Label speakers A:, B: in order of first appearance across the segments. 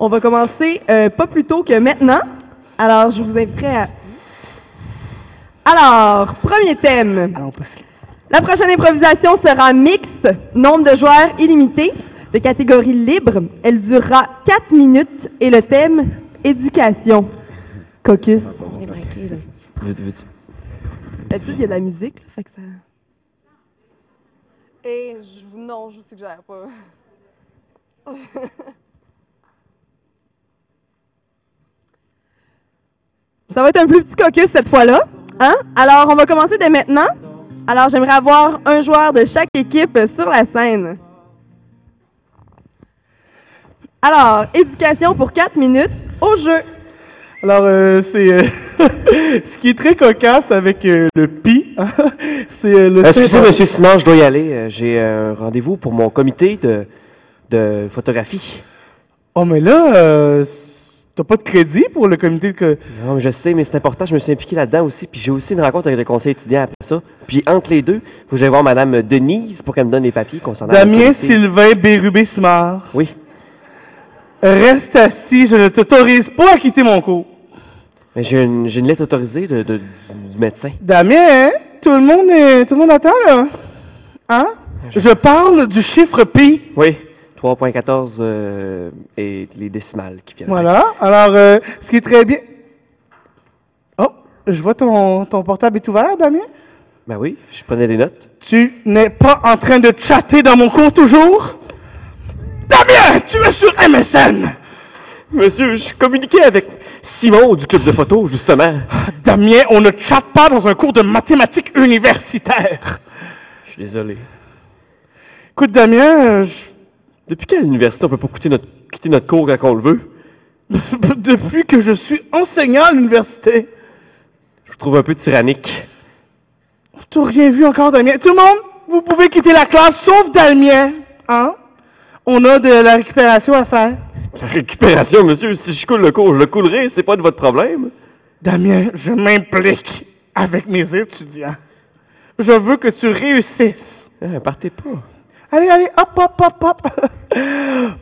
A: On va commencer euh, pas plus tôt que maintenant. Alors, je vous inviterai à... Alors, premier thème.
B: Allons passer.
A: La prochaine improvisation sera mixte, nombre de joueurs illimité, de catégorie libre. Elle durera 4 minutes et le thème éducation. Caucus.
C: On est braqués, là.
D: Veux- veux-tu-
A: D'habitude, il y a de la musique, là, fait que ça. Et je, vous- non, je vous suggère pas. ça va être un plus petit caucus cette fois-là. Hein? Alors, on va commencer dès maintenant. Alors, j'aimerais avoir un joueur de chaque équipe sur la scène. Alors, éducation pour 4 minutes au jeu.
B: Alors, euh, c'est. euh, ce qui est très cocasse avec euh, le pi, hein, c'est euh, le.
D: Euh, Excusez,
B: fait-
D: monsieur Simon, je dois y aller. Euh, J'ai un rendez-vous pour mon comité de, de photographie.
B: Oh, mais là, euh, t'as pas de crédit pour le comité de. co-
D: Non, mais je sais, mais c'est important. Je me suis impliqué là-dedans aussi. Puis j'ai aussi une rencontre avec le conseil étudiant après ça. Puis entre les deux, faut que j'aille voir madame Denise pour qu'elle me donne les papiers concernant. le
B: Damien
D: comité.
B: Sylvain Bérubé Simard.
D: Oui.
B: Reste assis, je ne t'autorise pas à quitter mon cours.
D: Mais j'ai une, j'ai une lettre autorisée de, de- du- du médecin.
B: Damien, hein, tout le monde est, tout le monde attend là. Hein? Je parle du chiffre pi.
D: Oui. 3.14 euh, et les décimales qui viennent.
B: Voilà. Alors, euh, ce qui est très bien. Oh, je vois ton, ton portable est ouvert, Damien.
D: Ben oui, je prenais des notes.
B: Tu n'es pas en train de chatter dans mon cours toujours? Damien, tu es sur MSN.
D: Monsieur, je communiquais avec Simon du club de photo, justement.
B: Damien, on ne chatte pas dans un cours de mathématiques universitaires.
D: Je suis désolé.
B: Écoute, Damien, euh, je-
D: Depuis quand à l'université on peut pas quitter notre, quitter notre cours quand on le veut?
B: depuis que je suis enseignant à l'université.
D: Je vous trouve un peu tyrannique.
B: T'as rien vu encore, Damien. Tout le monde, vous pouvez quitter la classe, sauf Damien. Hein? On a de la récupération à faire.
D: La récupération, monsieur, si je coule le cours, je le coulerai, c'est pas de votre problème.
B: Damien, je m'implique avec mes étudiants. Je veux que tu réussisses.
D: Ah, partez pas.
B: Allez, allez, hop, hop, hop, hop.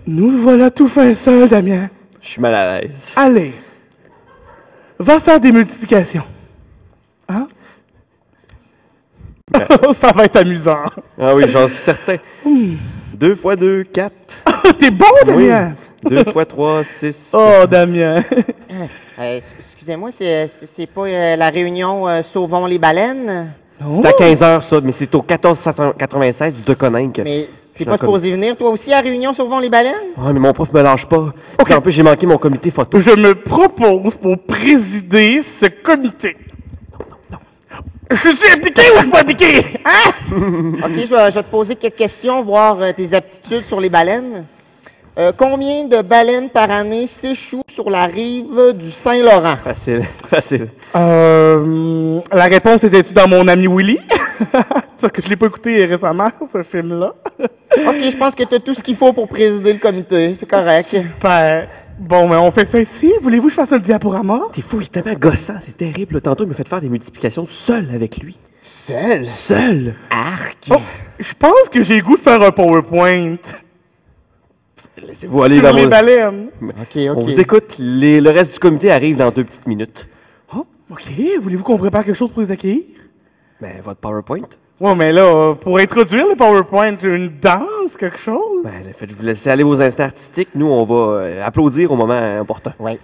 B: Nous voilà tout fin seul, Damien.
D: Je suis mal à l'aise.
B: Allez, va faire des multiplications. Hein? Ça va être amusant.
D: Ah oui, j'en suis certain. Deux fois deux, quatre.
B: T'es bon,
D: Oui.
B: Damien.
D: Deux fois trois, six.
B: Ah, Oh, Damien.
E: Euh, s- Excusez-moi, c'est c'est- c'est pas euh, la réunion euh, Sauvons les baleines?
D: C'est à 15 heures, ça, mais c'est au 1496 du Deconinck.
E: Mais
D: suis
E: t'es pas
D: dans le
E: supposé venir, toi aussi, à la réunion Sauvons les baleines?
D: Ah, mais mon prof me lâche pas. Puis en plus, j'ai manqué mon comité photo.
B: Je me propose pour présider ce comité. Je suis impliqué ou je suis pas impliqué? Hein?
E: OK, je vais, je vais te poser quelques questions, voir euh, tes aptitudes sur les baleines. Euh, combien de baleines par année s'échouent sur la rive du Saint-Laurent?
D: Facile, facile.
B: Euh, la réponse était-tu dans mon ami Willy? Parce que je l'ai pas écouté récemment, ce film-là.
E: OK, je pense que tu as tout ce qu'il faut pour présider le comité. C'est correct.
B: Ben, bon, ben, on fait ça ici. Voulez-vous que je fasse un diaporama?
D: T'es fou, il est tellement gossant, c'est terrible. là. Tantôt, il m'a fait faire des multiplications seul avec lui.
E: Seul?
D: Seul!
E: Arc?
B: Oh, je pense que j'ai le goût de faire un PowerPoint.
D: Laissez-vous aller
B: sur
D: dans
B: les
D: mon...
B: baleines.
E: OK,
D: On
E: OK.
D: vous écoute. Les- Le reste du comité arrive dans deux petites minutes.
B: Oh, OK. Voulez-vous qu'on prépare quelque chose pour les accueillir?
D: Ben, votre PowerPoint?
B: Ouais, mais là, euh, pour introduire le PowerPoint, une danse, quelque chose?
D: Ben, le fait de vous laisser aller aux instants artistiques, nous, on va euh, applaudir au moment important.
E: Ouais.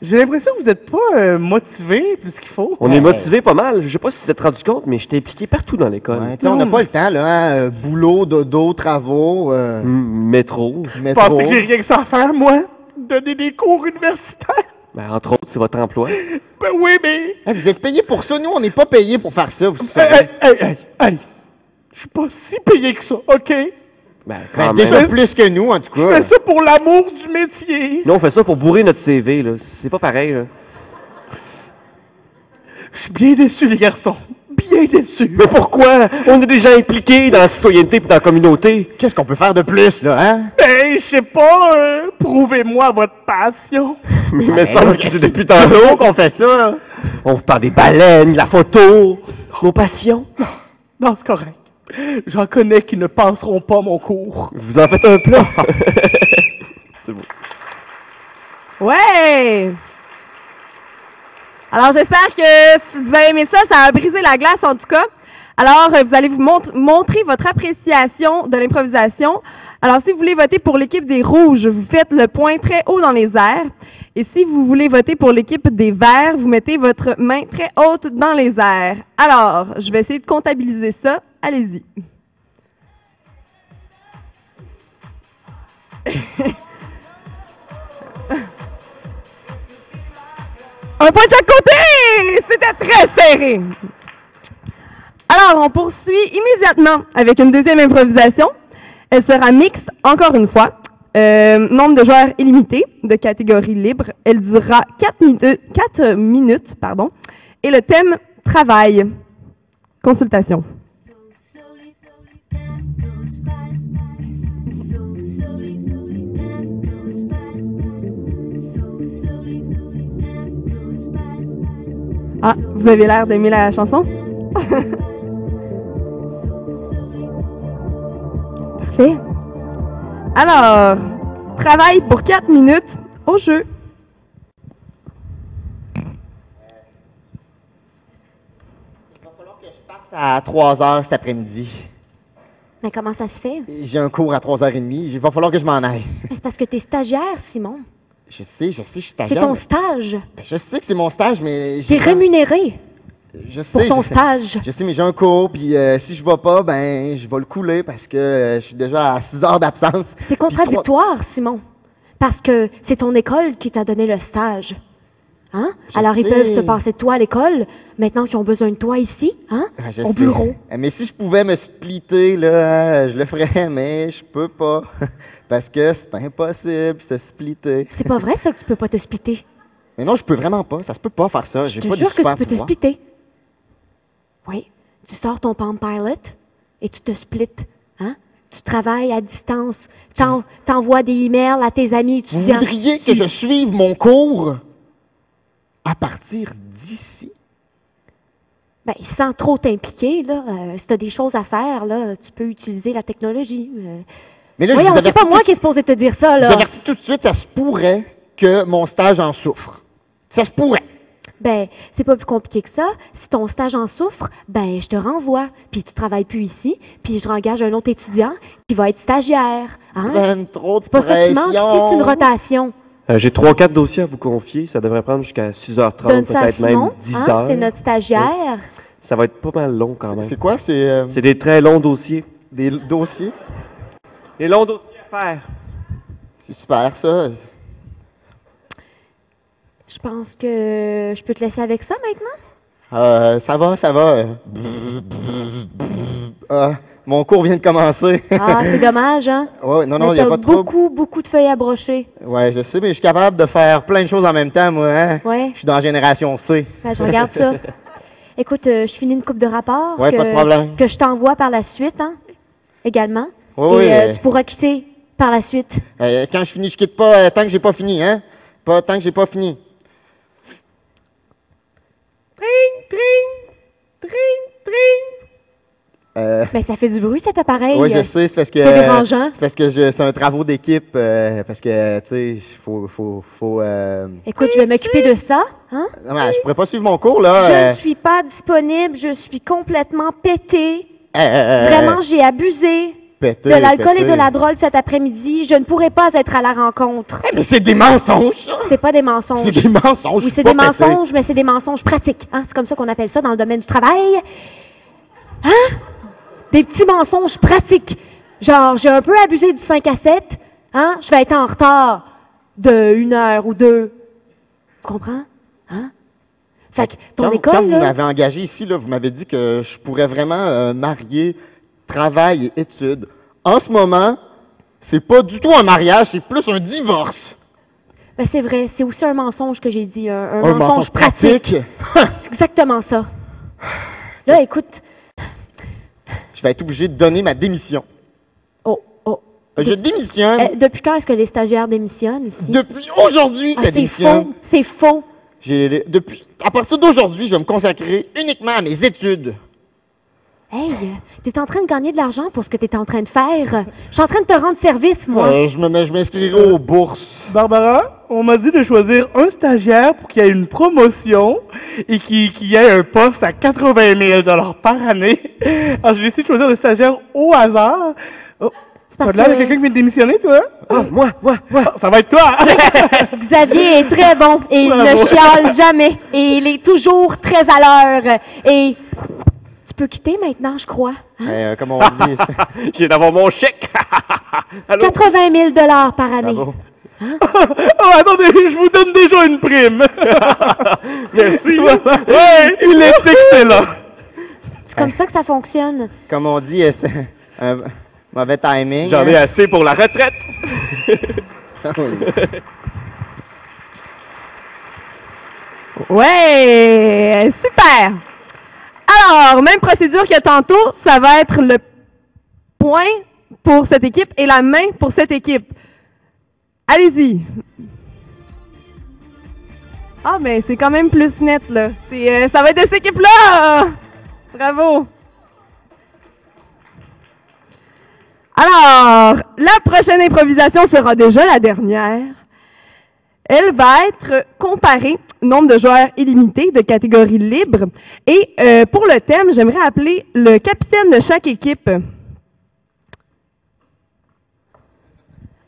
B: J'ai l'impression que vous n'êtes pas euh, motivé plus qu'il faut.
D: On est motivé pas mal. Je sais pas si vous vous êtes rendu compte, mais j'étais impliqué partout dans l'école.
E: Ouais, tu sais, on n'a pas le temps, là. hein, euh, Boulot, dodo, travaux, euh,
D: Hum, métro.
B: Vous
E: métro.
B: pensez que j'ai rien que ça à faire, moi? Donner des cours universitaires?
D: Ben, entre autres, c'est votre emploi.
B: Ben oui, mais...
E: Hey, Eh, vous êtes payé pour ça. Nous, on n'est pas payé pour faire ça. Vous
D: Ben
B: Hey,
E: savez.
B: hey, hey, hey, hey. Je suis pas si payé que ça, OK?
D: Ben,
E: Ben,
D: quand
E: déjà
D: même.
E: plus que nous, en tout
B: Je
E: cas.
B: fais ça pour l'amour du métier.
D: Nous, on fait ça pour bourrer notre CV, là. C'est pas pareil, là.
B: Je suis bien déçu, les garçons. Bien déçu.
D: Mais pourquoi? On est déjà impliqué dans la citoyenneté et dans la communauté.
E: Qu'est-ce qu'on peut faire de plus, là, hein?
B: Ben, je sais pas, euh, prouvez-moi votre passion.
D: Mais il me semble que c'est depuis
E: Nous,
D: tantôt.
E: Ben, qu'on fait ça.
D: On vous parle des baleines, la photo, nos passions.
B: Non, c'est correct. J'en connais qui ne passeront pas mon cours.
D: Vous en faites un plat.
A: Ouais! Alors, j'espère que si vous avez aimé ça, ça a brisé la glace en tout cas. Alors, euh, vous allez vous mont- montrer votre appréciation de l'improvisation. Alors, si vous voulez voter pour l'équipe des rouges, vous faites le point très haut dans les airs. Et si vous voulez voter pour l'équipe des verts, vous mettez votre main très haute dans les airs. Alors, je vais essayer de comptabiliser ça. Allez-y. Un point de chaque côté! C'était très serré! Alors, on poursuit immédiatement avec une deuxième improvisation. Elle sera mixte, encore une fois. Euh, nombre de joueurs illimité, de catégorie libre. Elle durera 4, minutes. Pardon, et le thème, travail. Consultation.
C: So slowly, slowly, time goes by. So slowly, slowly, time goes by. So slowly, slowly, time goes by.
A: Ah, vous avez l'air d'aimer la chanson?
C: So slowly.
A: Parfait. Alors, travail pour 4 minutes au jeu.
E: Il va falloir que je parte à 3 heures cet après-midi.
F: Mais comment ça se fait?
E: J'ai un cours à 3h30. Il va falloir que je m'en aille.
F: Mais C'est parce que tu es stagiaire, Simon.
E: Je sais, je sais, je suis
F: C'est
E: stagiaire,
F: ton
E: mais-
F: stage.
E: Ben, je sais que c'est mon stage, mais.
F: Tu
E: j'ai
F: es rémunéré
E: Je sais,
F: pour ton
E: je sais.
F: stage.
E: Je sais, mais j'ai un cours, puis euh, si je vais pas, ben, je vais le couler parce que euh, je suis déjà à 6 heures d'absence.
F: C'est
E: Puis trois-
F: contradictoire, Simon. Parce que c'est ton école qui t'a donné le stage. Hein?
E: Je
F: Alors, ils
E: sais.
F: peuvent se passer de toi à l'école, maintenant qu'ils ont besoin de toi ici, hein?
E: Ah, je
F: au
E: sais.
F: bureau.
E: Euh, Mais si je pouvais me splitter, là, euh, je le ferais, mais je peux pas. Parce que c'est impossible, se splitter.
F: C'est pas vrai, ça, que tu peux pas te splitter.
E: Mais non, je peux vraiment pas. Ça se peut pas faire ça.
F: Je
E: J'ai
F: te
E: pas de
F: jure que
E: super
F: tu peux te
E: pouvoir.
F: splitter. Oui. Tu sors ton Palm Pilot et tu te splits. Hein? Tu travailles à distance. T'en- T'envoies des emails à tes amis
E: Vous
F: étudiants.
E: voudriez
F: Tu-
E: que je suive mon cours à partir d'ici?
F: Ben, sans trop t'impliquer, là, euh, si tu as des choses à faire, là, tu peux utiliser la technologie. euh.
E: Mais là,
F: Voyons,
E: je vous
F: c'est
E: avertis
F: pas moi
E: tout-
F: qui est supposé te dire ça,
E: je vous
F: là.
E: avertis tout de suite, ça se pourrait que mon stage en souffre. Ça se pourrait.
F: Ben, c'est pas plus compliqué que ça. Si ton stage en souffre, ben, je te renvoie. Puis tu travailles plus ici, puis je rengage un autre étudiant qui va être stagiaire. Hein?
E: Ben, trop de
F: c'est pas ça qui manque.
E: pression.
F: Si c'est une rotation,
D: Euh, J'ai trois, quatre dossiers à vous confier. Ça devrait prendre jusqu'à 6h30,
F: donne ça à
D: peut-être même
F: Simon.
D: 10
F: hein,
D: heures.
F: C'est notre stagiaire.
D: Ça va être pas mal long quand
E: C'est-
D: même.
E: Ah, C'est quoi? C'est euh,
D: C'est des très longs dossiers.
E: des dossiers?
D: Des longs dossiers à faire.
E: C'est super, ça.
F: Je pense que je peux te laisser avec ça maintenant.
E: Euh, ça va, ça va. Euh, ah, mon cours vient de commencer.
F: Ah, c'est dommage, hein?
E: ouais, Oh, non, non, il
F: Mais
E: n'y a
F: t'as
E: pas de trouble.
F: beaucoup, beaucoup de feuilles à brocher.
E: Ouais, je sais, mais je suis capable de faire plein de choses en même temps, moi. hein.
F: Ouais.
E: Je suis dans la génération C.
F: Ben, je regarde ça. Écoute, euh, je finis une coupe de rapport
E: Ouais,
F: que,
E: pas de problème.
F: que je t'envoie par la suite, hein, également.
E: Ouais, ouais,
F: Et euh,
E: euh,
F: tu pourras quitter par la suite.
E: Euh, quand je finis, je quitte pas euh, tant que j'ai pas fini, hein? Pas tant que j'ai pas fini. Euh,
F: Mais Ben, ça fait du bruit, cet appareil.
E: oui, je sais, c'est parce que.
F: euh, c'est dérangeant.
E: C'est parce que je- c'est un travaux d'équipe. euh, parce que, tu sais, faut. faut, faut euh,
F: Écoute, je vais m'occuper de ça. Hein?
E: Non, mais je pourrais pas suivre mon cours, là.
F: Je
E: euh,
F: ne suis pas disponible, je suis complètement pétée.
E: euh, euh,
F: Vraiment, j'ai abusé
E: pété,
F: de l'alcool et
E: pété.
F: de la drogue cet après-midi. Je ne pourrais pas être à la rencontre.
E: Eh, Mais c'est des mensonges, ça!
F: C'est pas des mensonges.
E: C'est des mensonges.
F: Oui,
E: je suis
F: c'est
E: pas
F: des
E: pété.
F: mensonges, mais c'est des mensonges pratiques. Hein? C'est comme ça qu'on appelle ça dans le domaine du travail. Hein? Des petits mensonges pratiques. Genre, j'ai un peu abusé du 5 à 7. Hein? Je vais être en retard de une heure ou deux. Tu comprends? Hein? Fait que ton
E: quand, vous-
F: école,
E: quand vous
F: là,
E: m'avez engagé ici, là, vous m'avez dit que je pourrais vraiment euh, marier travail et études. En ce moment, c'est pas du tout un mariage, c'est plus un divorce.
F: ben, c'est vrai, c'est aussi un mensonge que j'ai dit. Un, un
E: un
F: mensonge, pratique. C'est Exactement ça. Là, écoute.
E: Je vais être obligé de donner ma démission.
F: Oh, oh.
E: Je démissionne
F: Eh, depuis quand est-ce que les stagiaires démissionnent ici?
E: depuis aujourd'hui que
F: Eh, Ah,
E: ça
F: c'est
E: démissionne.
F: faux. C'est faux.
E: J'ai- Depuis, à partir d'aujourd'hui, je vais me consacrer uniquement à mes études.
F: Hey, euh, t'es en train de gagner de l'argent pour ce que t'es en train de faire. Je suis en train de te rendre service, moi.
E: Euh, je me mets- je m'inscrirai aux bourses.
B: Barbara, on m'a dit de choisir un stagiaire pour qu'il y ait une promotion et qu'il qu'il y ait un poste à 80 000 par année. Ah, Alors, j'ai décidé de choisir le stagiaire au hasard. Oh,
F: C'est
B: t'as
F: parce
B: l'air de
F: que-
B: quelqu'un qui vient de démissionner, toi?
D: Ah, moi, moi, moi.
B: Ah, Ça va être toi!
F: euh, Xavier est très bon et il ne
B: Bravo.
F: chiale jamais. Et il est toujours très à l'heure. Et tu peux quitter maintenant, je crois.
E: Mais, euh, comme on dit, c'est-
D: J'ai d'avoir mon chèque. Allô?
F: 80 000 dollars par année.
E: Bravo.
B: oh, attendez, je vous donne déjà une prime!
D: Merci.
B: ouais, il est excellent!
F: C'est comme ça que ça fonctionne.
E: comme on dit, euh, c'est un mauvais timing.
D: J'en ai assez pour la retraite.
A: Ouais, super. Alors, même procédure que tantôt, ça va être le point pour cette équipe et la main pour cette équipe. Allez-y. Ah, mais c'est quand même plus net, là. C'est, euh, ça va être de cette équipe-là. Bravo. Alors, la prochaine improvisation sera déjà la dernière. Elle va être comparée au nombre de joueurs illimités de catégorie libre. Et euh, pour le thème, j'aimerais appeler le capitaine de chaque équipe.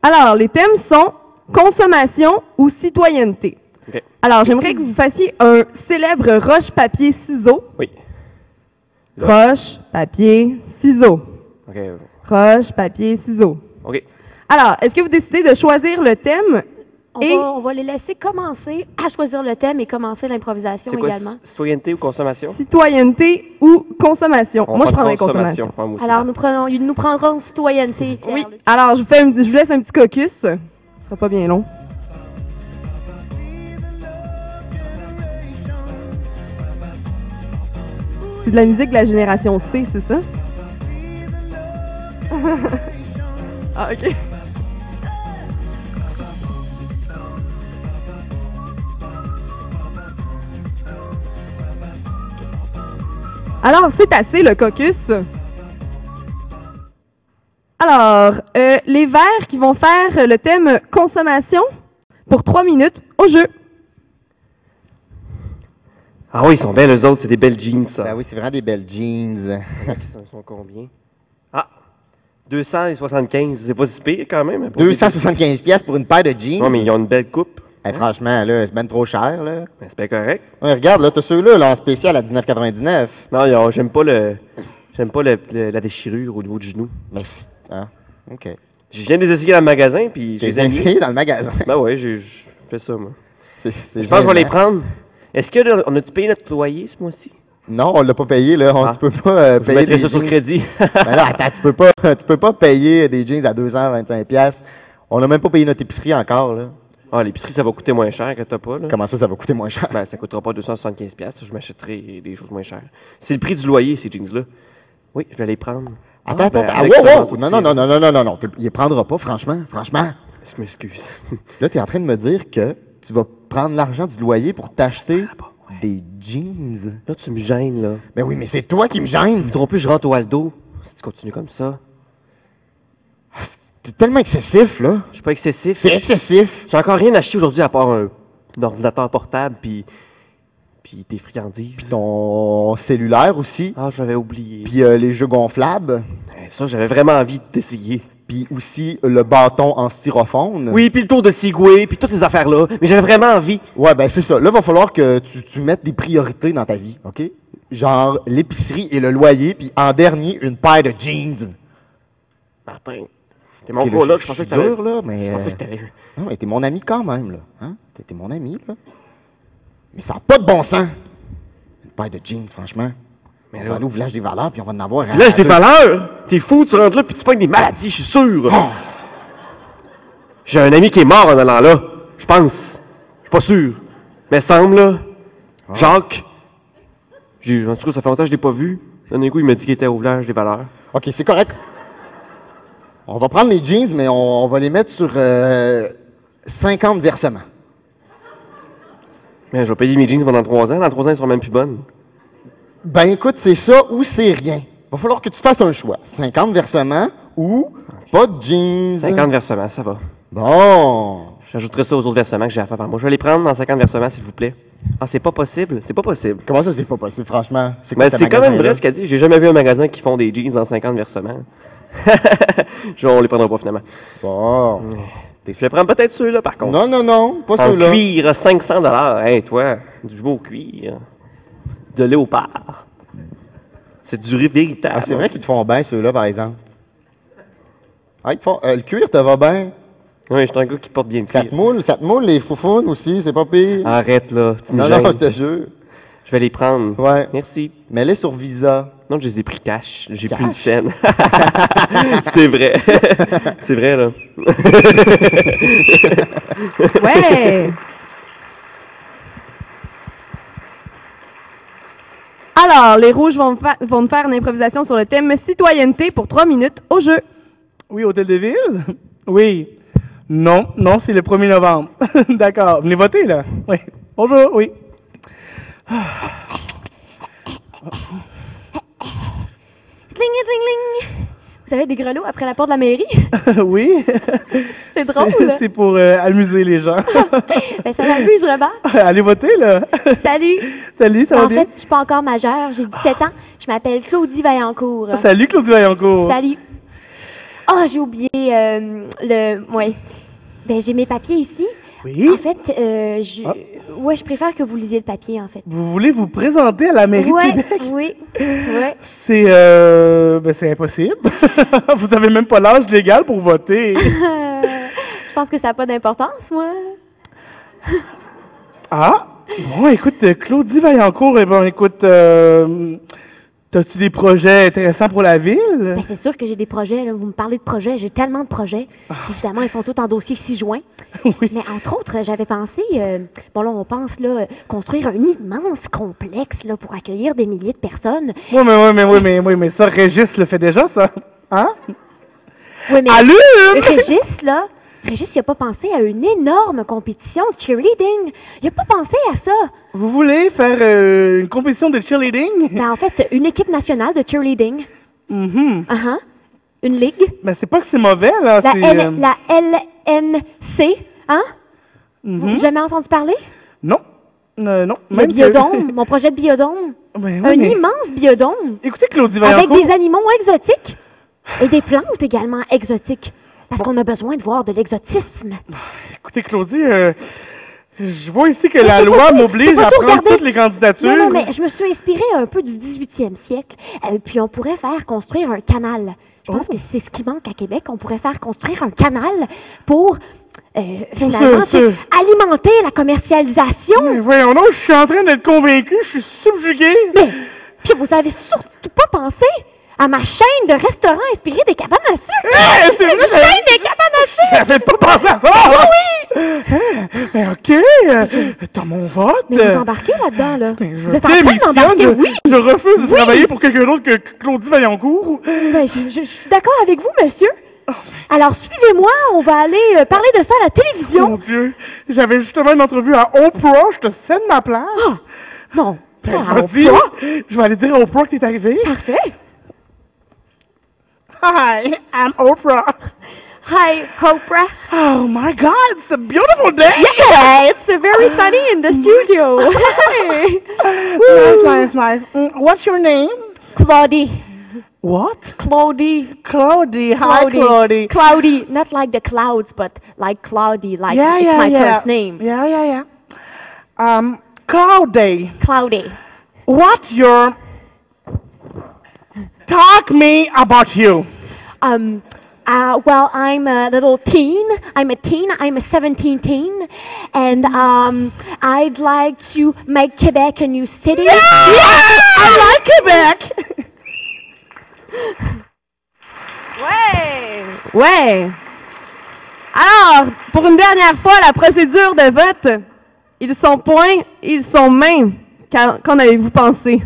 A: Alors, les thèmes sont consommation ou citoyenneté.
D: OK.
A: Alors, j'aimerais que vous fassiez un célèbre roche-papier-ciseau.
D: Oui.
A: Roche-papier-ciseau.
D: OK. euh,
A: Roche-papier-ciseau.
D: OK.
A: Alors, est-ce que vous décidez de choisir le thème
F: On,
A: et
F: va, on va les laisser commencer à choisir le thème et commencer l'improvisation
D: C'est quoi,
F: également.
D: ci- citoyenneté ou consommation?
A: citoyenneté ou consommation?
D: On
A: Moi, je
D: prend
A: prendrais consommation.
D: Ouais, moi aussi.
F: Alors, nous, prenons, nous prendrons citoyenneté. Pierre.
A: Oui. Alors, je vous, fais un- je vous laisse un petit caucus. Ce sera pas bien long. C'est de la musique de la génération C, c'est ça? ah, OK. Alors, c'est assez le caucus. Alors, euh, les verts qui vont faire euh, le thème consommation pour trois minutes au jeu.
D: Ah oui, ils sont belles, eux autres. C'est des belles jeans, ça.
E: Ben oui, c'est vraiment des belles jeans.
D: Ils sont, ils sont combien? Ah! 275, c'est pas si pire quand même. hein, pour
E: 275 pièces pour une paire de
D: des-
E: jeans.
D: Non, mais ils ont une belle coupe.
E: Eh, franchement, là, c'est ben trop cher, là.
D: Ben, c'est bien correct.
E: Ouais, regarde, là, t'as ceux-là, là, en spécial à 19,99.
D: Non, ils ont- j'aime pas le. J'aime pas le- le- la déchirure au niveau du genou.
E: Mais c'est... Ah, OK.
D: Je viens de les essayer dans le magasin, puis je
E: J'ai
D: les ai mis.
E: essayé dans le magasin.
D: Ben ouais, j'ai- je fais ça, moi.
E: C'est- c'est
D: Je pense que je vais les
E: gênant.
D: prendre. Est-ce qu'on a-tu payé notre loyer ce mois-ci?
E: Non, on l'a pas payé, là. On,
D: Ah.
E: Tu peux pas euh,
D: Je
E: payer
D: mettrai
E: des
D: ça sur
E: jeans.
D: crédit.
E: Ben non, attends, tu peux pas, tu peux pas payer des jeans à 225 pièces. On n'a même pas payé notre épicerie encore, là.
D: ah, l'épicerie, ça va coûter moins cher que t'as pas, là.
E: Comment ça, ça va coûter moins cher?
D: Ben, ça coûtera pas 275$. piastres, Je m'achèterai des choses moins chères. C'est le prix du loyer, ces jeans-là. Oui, je vais les prendre.
E: Attends,
D: Ah,
E: attends,
D: ben,
E: attends.
D: avec
E: Ah, wow,
D: ça,
E: wow!
D: j'en
E: Non,
D: doute
E: non,
D: pas.
E: non, non, non, non, non, non. t'es- Il les prendra pas, franchement, franchement.
D: Je m'excuse.
E: Là, tu es en train de me dire que tu vas prendre l'argent du loyer pour t'acheter des jeans.
D: Là, tu me gênes, là.
E: Ben oui, mais c'est toi qui me gêne.
D: Je voudrais plus, je rentre au Aldo. Si tu continues comme ça,
E: Ah, c'est- T'es tellement excessif, là.
D: je suis pas excessif.
E: T'es excessif.
D: J'ai encore rien acheté aujourd'hui à part un, un ordinateur portable puis puis des friandises.
E: Ton cellulaire aussi.
D: Ah, j'avais oublié.
E: Puis euh, les jeux gonflables.
D: Eh, ça, j'avais vraiment envie d'essayer.
E: Puis aussi euh, le bâton en styrofoam.
D: Oui, puis le tour de Segway, puis toutes ces affaires là, mais j'avais vraiment envie.
E: Ouais, ben c'est ça. Là, va falloir que tu, tu mettes des priorités dans ta vie, OK? Genre l'épicerie et le loyer, puis en dernier, une paire de jeans.
D: Martin, t'es mon
E: Ok,
D: gros là,
E: je-
D: je pensais
E: je
D: que
E: suis
D: t'avais.
E: dur, là, mais...
D: Je pensais que
E: euh,
D: t'avais.
E: Non, mais t'es mon ami quand même, là. Hein? T'es t'es mon ami, là. Mais ça n'a pas de bon sens. Une paire de jeans, franchement. Mais on va aller au village des valeurs, puis on va en avoir... hein? à-
D: Là, j'ai des
E: à-
D: valeurs. T'es fou, tu rentres là puis tu pognes des maladies, je suis sûr. J'ai un ami qui est mort en allant là, je pense. Je suis pas sûr. Mais semble, là. Jacques. J'ai- En tout cas, ça fait longtemps que je l'ai pas vu. D'un coup, il m'a dit qu'il était au village des valeurs.
E: OK, c'est correct. On va prendre les jeans, mais on, on va les mettre sur euh, 50 versements.
D: Mais je vais payer mes jeans pendant trois ans. Dans trois ans, ils seront même plus bonnes.
E: Ben écoute, c'est ça ou c'est rien. va falloir que tu fasses un choix. 50 versements ou pas de jeans.
D: 50 versements, ça va.
E: Bon.
D: J'ajouterai ça aux autres versements que j'ai à faire par mois. Je vais les prendre dans 50 versements, s'il vous plaît. Ah, c'est pas possible. C'est pas possible.
E: Comment ça, c'est pas possible, franchement? quoi
D: Mais
E: ce
D: Ben, c'est quand même
E: magasin-là?
D: vrai ce qu'elle dit. J'ai jamais vu un magasin qui font des jeans dans 50 versements. Je- On les prendra pas finalement.
E: Bon.
D: Je vais prendre peut-être ceux-là par contre.
E: Non, non, non, pas
D: en
E: ceux-là.
D: cuir, 500 dollars. Hey, toi, du beau cuir. De léopard. C'est du riz véritable.
E: Ah, c'est vrai qu'ils te font bien, ceux-là, par exemple. Ah, ils te font... euh, le cuir te va bien.
D: Oui, je suis un gars qui porte bien le
E: Ça te
D: cuir.
E: moule, ça te moule les foufounes aussi, c'est pas pire.
D: Arrête là, tu me
E: non,
D: gênes.
E: non, je te jure.
D: Je vais les prendre.
E: Ouais.
D: Merci.
E: Mais les sur Visa.
D: Non, je les ai pris cash. J'ai
E: Cash?
D: plus une scène. c'est vrai. c'est vrai, là.
A: Ouais! Alors, les rouges vont, me fa- vont me faire une improvisation sur le thème citoyenneté pour trois minutes au jeu.
B: Oui, Hôtel de Ville? Oui. Non, non, c'est le 1er novembre. D'accord. Venez voter, là. Oui. Bonjour, oui.
F: Sling, sling, sling. Vous avez des grelots après la porte de la mairie?
B: oui.
F: C'est drôle.
B: c'est pour euh, amuser les gens.
F: ben, ça m'amuse vraiment.
B: Allez voter, là.
F: Salut.
B: Salut, ça va
F: en
B: bien?
F: fait, je suis pas encore majeure. J'ai 17 ans. Je m'appelle Claudie Vaillancourt.
B: Salut, Claudie Vaillancourt.
F: euh, Salut. Ah, j'ai oublié euh, le. Ouais. Ben, j'ai mes papiers ici.
B: Oui. Ah.
F: En fait, euh, je... ouais, je préfère que vous lisiez le papier, en fait.
B: Vous voulez vous présenter à la mairie de
F: ouais,
B: Québec?
F: oui, ouais.
B: C'est euh, ben, c'est impossible. Vous avez même pas l'âge légal pour voter.
F: Euh, Je pense que ça n'a pas d'importance, moi.
B: Ah, bon, écoute, euh, Claudie Vaillancourt, eh ben, écoute, euh, t'as-tu des projets intéressants pour la ville?
F: Ben, c'est sûr que j'ai des projets. là. Vous me parlez de projets. J'ai tellement de projets.
B: Ah.
F: Évidemment, ils sont tous en dossier 6 juin. Mais entre autres, j'avais pensé, euh, bon là, on pense là, construire un immense complexe là, pour accueillir des milliers de personnes.
B: Oui, mais oui, mais oui, mais oui, mais ça, Régis le fait déjà, ça. Hein?
F: Oui, mais
B: Allume!
F: ben, Régis, là, Régis, il n'a pas pensé à une énorme compétition de cheerleading. Il n'a pas pensé à ça.
B: Vous voulez faire euh, une compétition de cheerleading?
F: Ben, en fait, une équipe nationale de cheerleading. Uh-huh. Une ligue.
B: Mm-hmm. Mais c'est pas que c'est mauvais, là.
F: La,
B: c'est,
F: L-
B: euh,
F: la LNC, hein?
B: Mm-hmm.
F: Vous n'avez jamais entendu parler?
B: Non. Euh, non.
F: Le
B: même que-
F: biodôme, mon projet de biodôme.
B: Ben oui, mais-
F: un
B: Ben,
F: immense biodôme
B: Écoutez, Claudie
F: avec
B: Vaillancourt.
F: des animaux exotiques et des plantes également exotiques. Parce qu'on a besoin de voir de l'exotisme.
B: Écoutez, Claudie, euh, je vois ici que
F: Mais
B: la
F: c'est pas
B: loi
F: tout- c'est
B: m'oblige
F: pas
B: à
F: tout
B: prendre
F: regarder.
B: toutes les candidatures.
F: Non, non, mais je me suis inspirée un peu du 18e siècle. Euh, puis on pourrait faire construire un canal. Je
B: Oh.
F: pense que c'est ce qui manque à Québec. On pourrait faire construire un canal pour, euh, finalement,
B: se-
F: tu sais, alimenter la commercialisation.
B: Mais Voyons donc, je suis en train d'être convaincu, je suis subjugué.
F: Mais, puis vous avez surtout pas pensé à ma chaîne de restaurants inspirée des cabanes à sucre.
B: Hey, Eh, c'est vrai,
F: Une
B: mais-
F: chaîne des cabanes à sucre!
B: J'avais pas pensé à ça! Ah oui! Mais ok, euh, t'as mon vote.
F: Mais vous embarquez là-dedans, là.
B: Mais je
F: Vous êtes en train d'embarquer,
B: démissionne.
F: oui.
B: Je refuse de travailler pour quelqu'un d'autre que Claudie Vaillancourt.
F: Ben, je, je- je suis d'accord avec vous, monsieur.
B: Oh,
F: Alors, suivez-moi, on va aller euh, parler de ça à la
B: Mon
F: télévision.
B: Dieu, j'avais justement une entrevue à Oprah, je te cède ma place.
F: Oh, Non.
B: Ben,
F: Ah, on
B: Vas-y,
F: peut.
B: je vais aller dire à Oprah que t'es arrivé.
F: Parfait.
B: Hi, I'm Oprah.
F: Hi, Oprah.
B: Oh my God, it's a beautiful day!
F: Yeah, it's very sunny in the studio. Hey.
B: Nice, nice, nice. Mm, What's your name?
F: Claudie.
B: What?
F: Claudie.
B: Claudie. Hi,
F: Cloudy.
B: Claudie.
F: Cloudy. Not like the clouds, but like Cloudy. Like
B: yeah,
F: it's
B: yeah,
F: my
B: yeah.
F: first name.
B: Yeah, yeah, yeah. Um, Claudia,
F: Cloudy.
B: what your talk me about you?
F: Um, uh, well, I'm a little teen. I'm a teen. I'm a 17 teen. And um, I'd like to make Quebec a new city.
B: I like Quebec.
A: Ouais! Ouais! Alors, pour une dernière fois, la procédure de vote. Ils sont points, ils sont mains. Qu'en qu'en avez-vous pensé?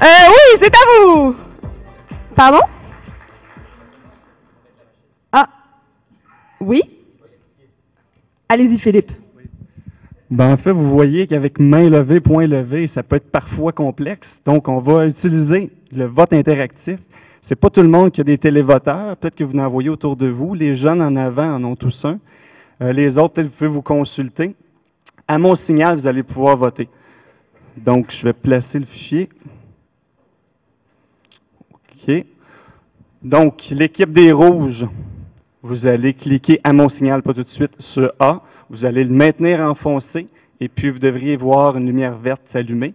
A: Euh, oui, c'est à vous! Pardon? Ah. Oui? Allez-y, Philippe.
G: Ben, en fait, vous voyez qu'avec main levée, point levé, ça peut être parfois complexe. Donc, on va utiliser le vote interactif. C'est pas tout le monde qui a des télévoteurs. Peut-être que vous en voyez autour de vous. Les jeunes en avant en ont tous un. Euh, les autres, peut-être vous pouvez vous consulter. À mon signal, vous allez pouvoir voter. Donc, je vais placer le fichier. OK. Donc, l'équipe des rouges, vous allez cliquer à mon signal, pas tout de suite, sur A. Vous allez le maintenir enfoncé et puis vous devriez voir une lumière verte s'allumer.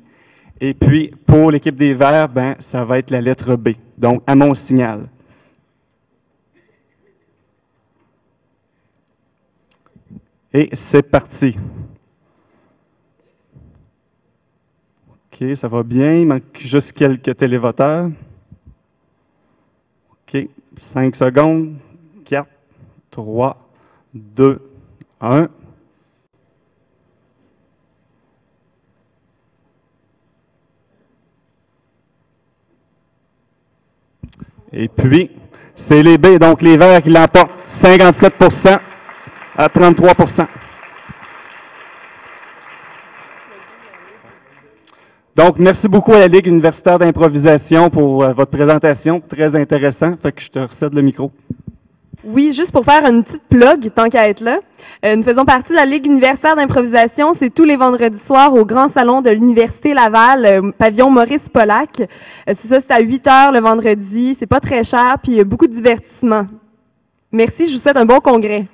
G: Et puis, pour l'équipe des verts, ben, ça va être la lettre B. Donc, à mon signal. Et c'est parti. OK, ça va bien. Il manque juste quelques télévoteurs. OK, 5 secondes. 4, 3, 2, 1. Et puis, c'est les B, donc les verts qui l'emportent 57 à 33 Donc, merci beaucoup à la Ligue universitaire d'improvisation pour euh, votre présentation. Très intéressant. Fait que je te recède le micro.
A: Oui, juste pour faire une petite plug, tant qu'à être là. euh, nous faisons partie de la Ligue universitaire d'improvisation. C'est tous les vendredis soirs au Grand Salon de l'Université Laval, euh, pavillon Maurice Pollack. Euh, c'est ça, c'est à 8 heures le vendredi. C'est pas très cher, puis il y a beaucoup de divertissement. Merci, je vous souhaite un bon congrès.